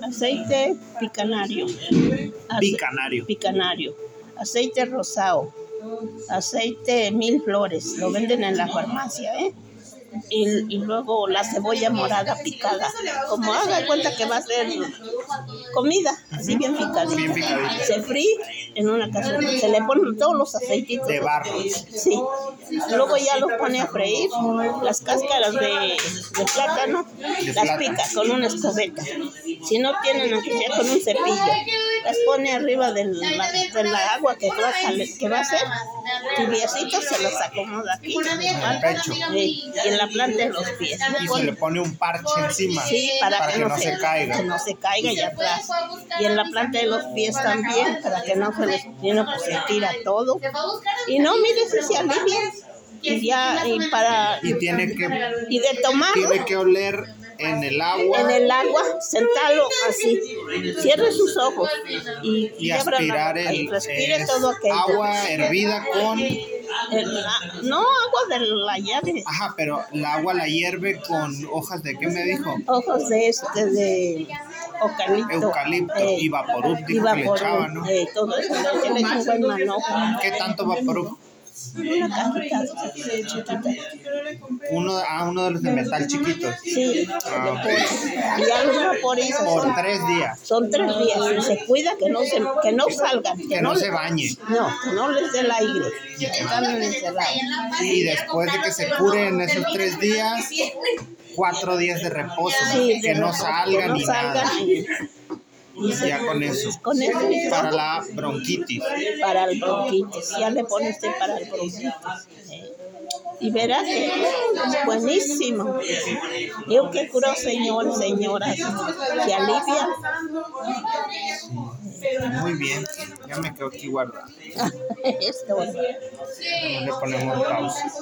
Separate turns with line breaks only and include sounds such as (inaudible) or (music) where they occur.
Aceite picanario. Ace-
Bicanario.
Picanario. Aceite rosado. Aceite mil flores. Lo venden en la farmacia, ¿eh? Y, y luego la cebolla morada picada. Como haga de cuenta que va a ser comida, así bien picadita.
Bien picadita.
Se fríe en una cazuela. Se le ponen todos los aceititos.
De barro.
Sí. Luego ya los pone a freír, las cáscaras de, de plátano, las
plátano.
pica con una escobeta. Si no tienen, aunque sea con un cepillo, las Pues pone arriba del- la- de la, agua que va, a jale- que va a hacer, tibiecitos, se los acomoda aquí,
el pecho.
y, y en la planta de los pies.
Y se le pone un parche encima.
Sí, para,
que, no se, caiga.
que no se caiga y atrás. Y en la planta de los pies también, para que no se les si no, pues se tira todo. Y no, mire si se alivia. Y ya, y para.
Y tiene que,
Y de tomar
tiene que oler en el agua.
en el agua, sentarlo así. Cierre sus ojos y,
y
abra la
aspirar
boca y
el
respire
es
todo aquello.
agua eh. hervida con
El- la- no, agua de la llave.
ajá pero el agua la hierve con hojas de qué me dijo
Ojos de este, de eucalipto.
Eucalipto
eh,
y vaporub, dijo
y
que le
vaporub,
echaba, ¿no?
eh, todo eso, ¿no? que le echa un buen manojo.
qué tanto vaporub
Una cajita chiquita.
uno ah uno de los de metal chiquitos
Sí,
Ah, ok.
y ya los vaporizas.
por tres días
Son tres días y se cuida que no se que no salgan, que,
que no se bañe
no, que no les dé el aire. que están encerrados.
y después de que se curen esos tres días cuatro días de reposo
Sí,
que
de
no
repente,
salgan
no
ni
salgan
nada
y-
Pues ya con eso
con eso y
para
todo,
la bronquitis
para el bronquitis. Ya le pone usted para el bronquitis. eh. Y verás que es buenísimo. Yo que curo, señor, señora, que alivia. (laughs)
muy bien ya me quedo aquí guardado
Esto.
le ponemos pausa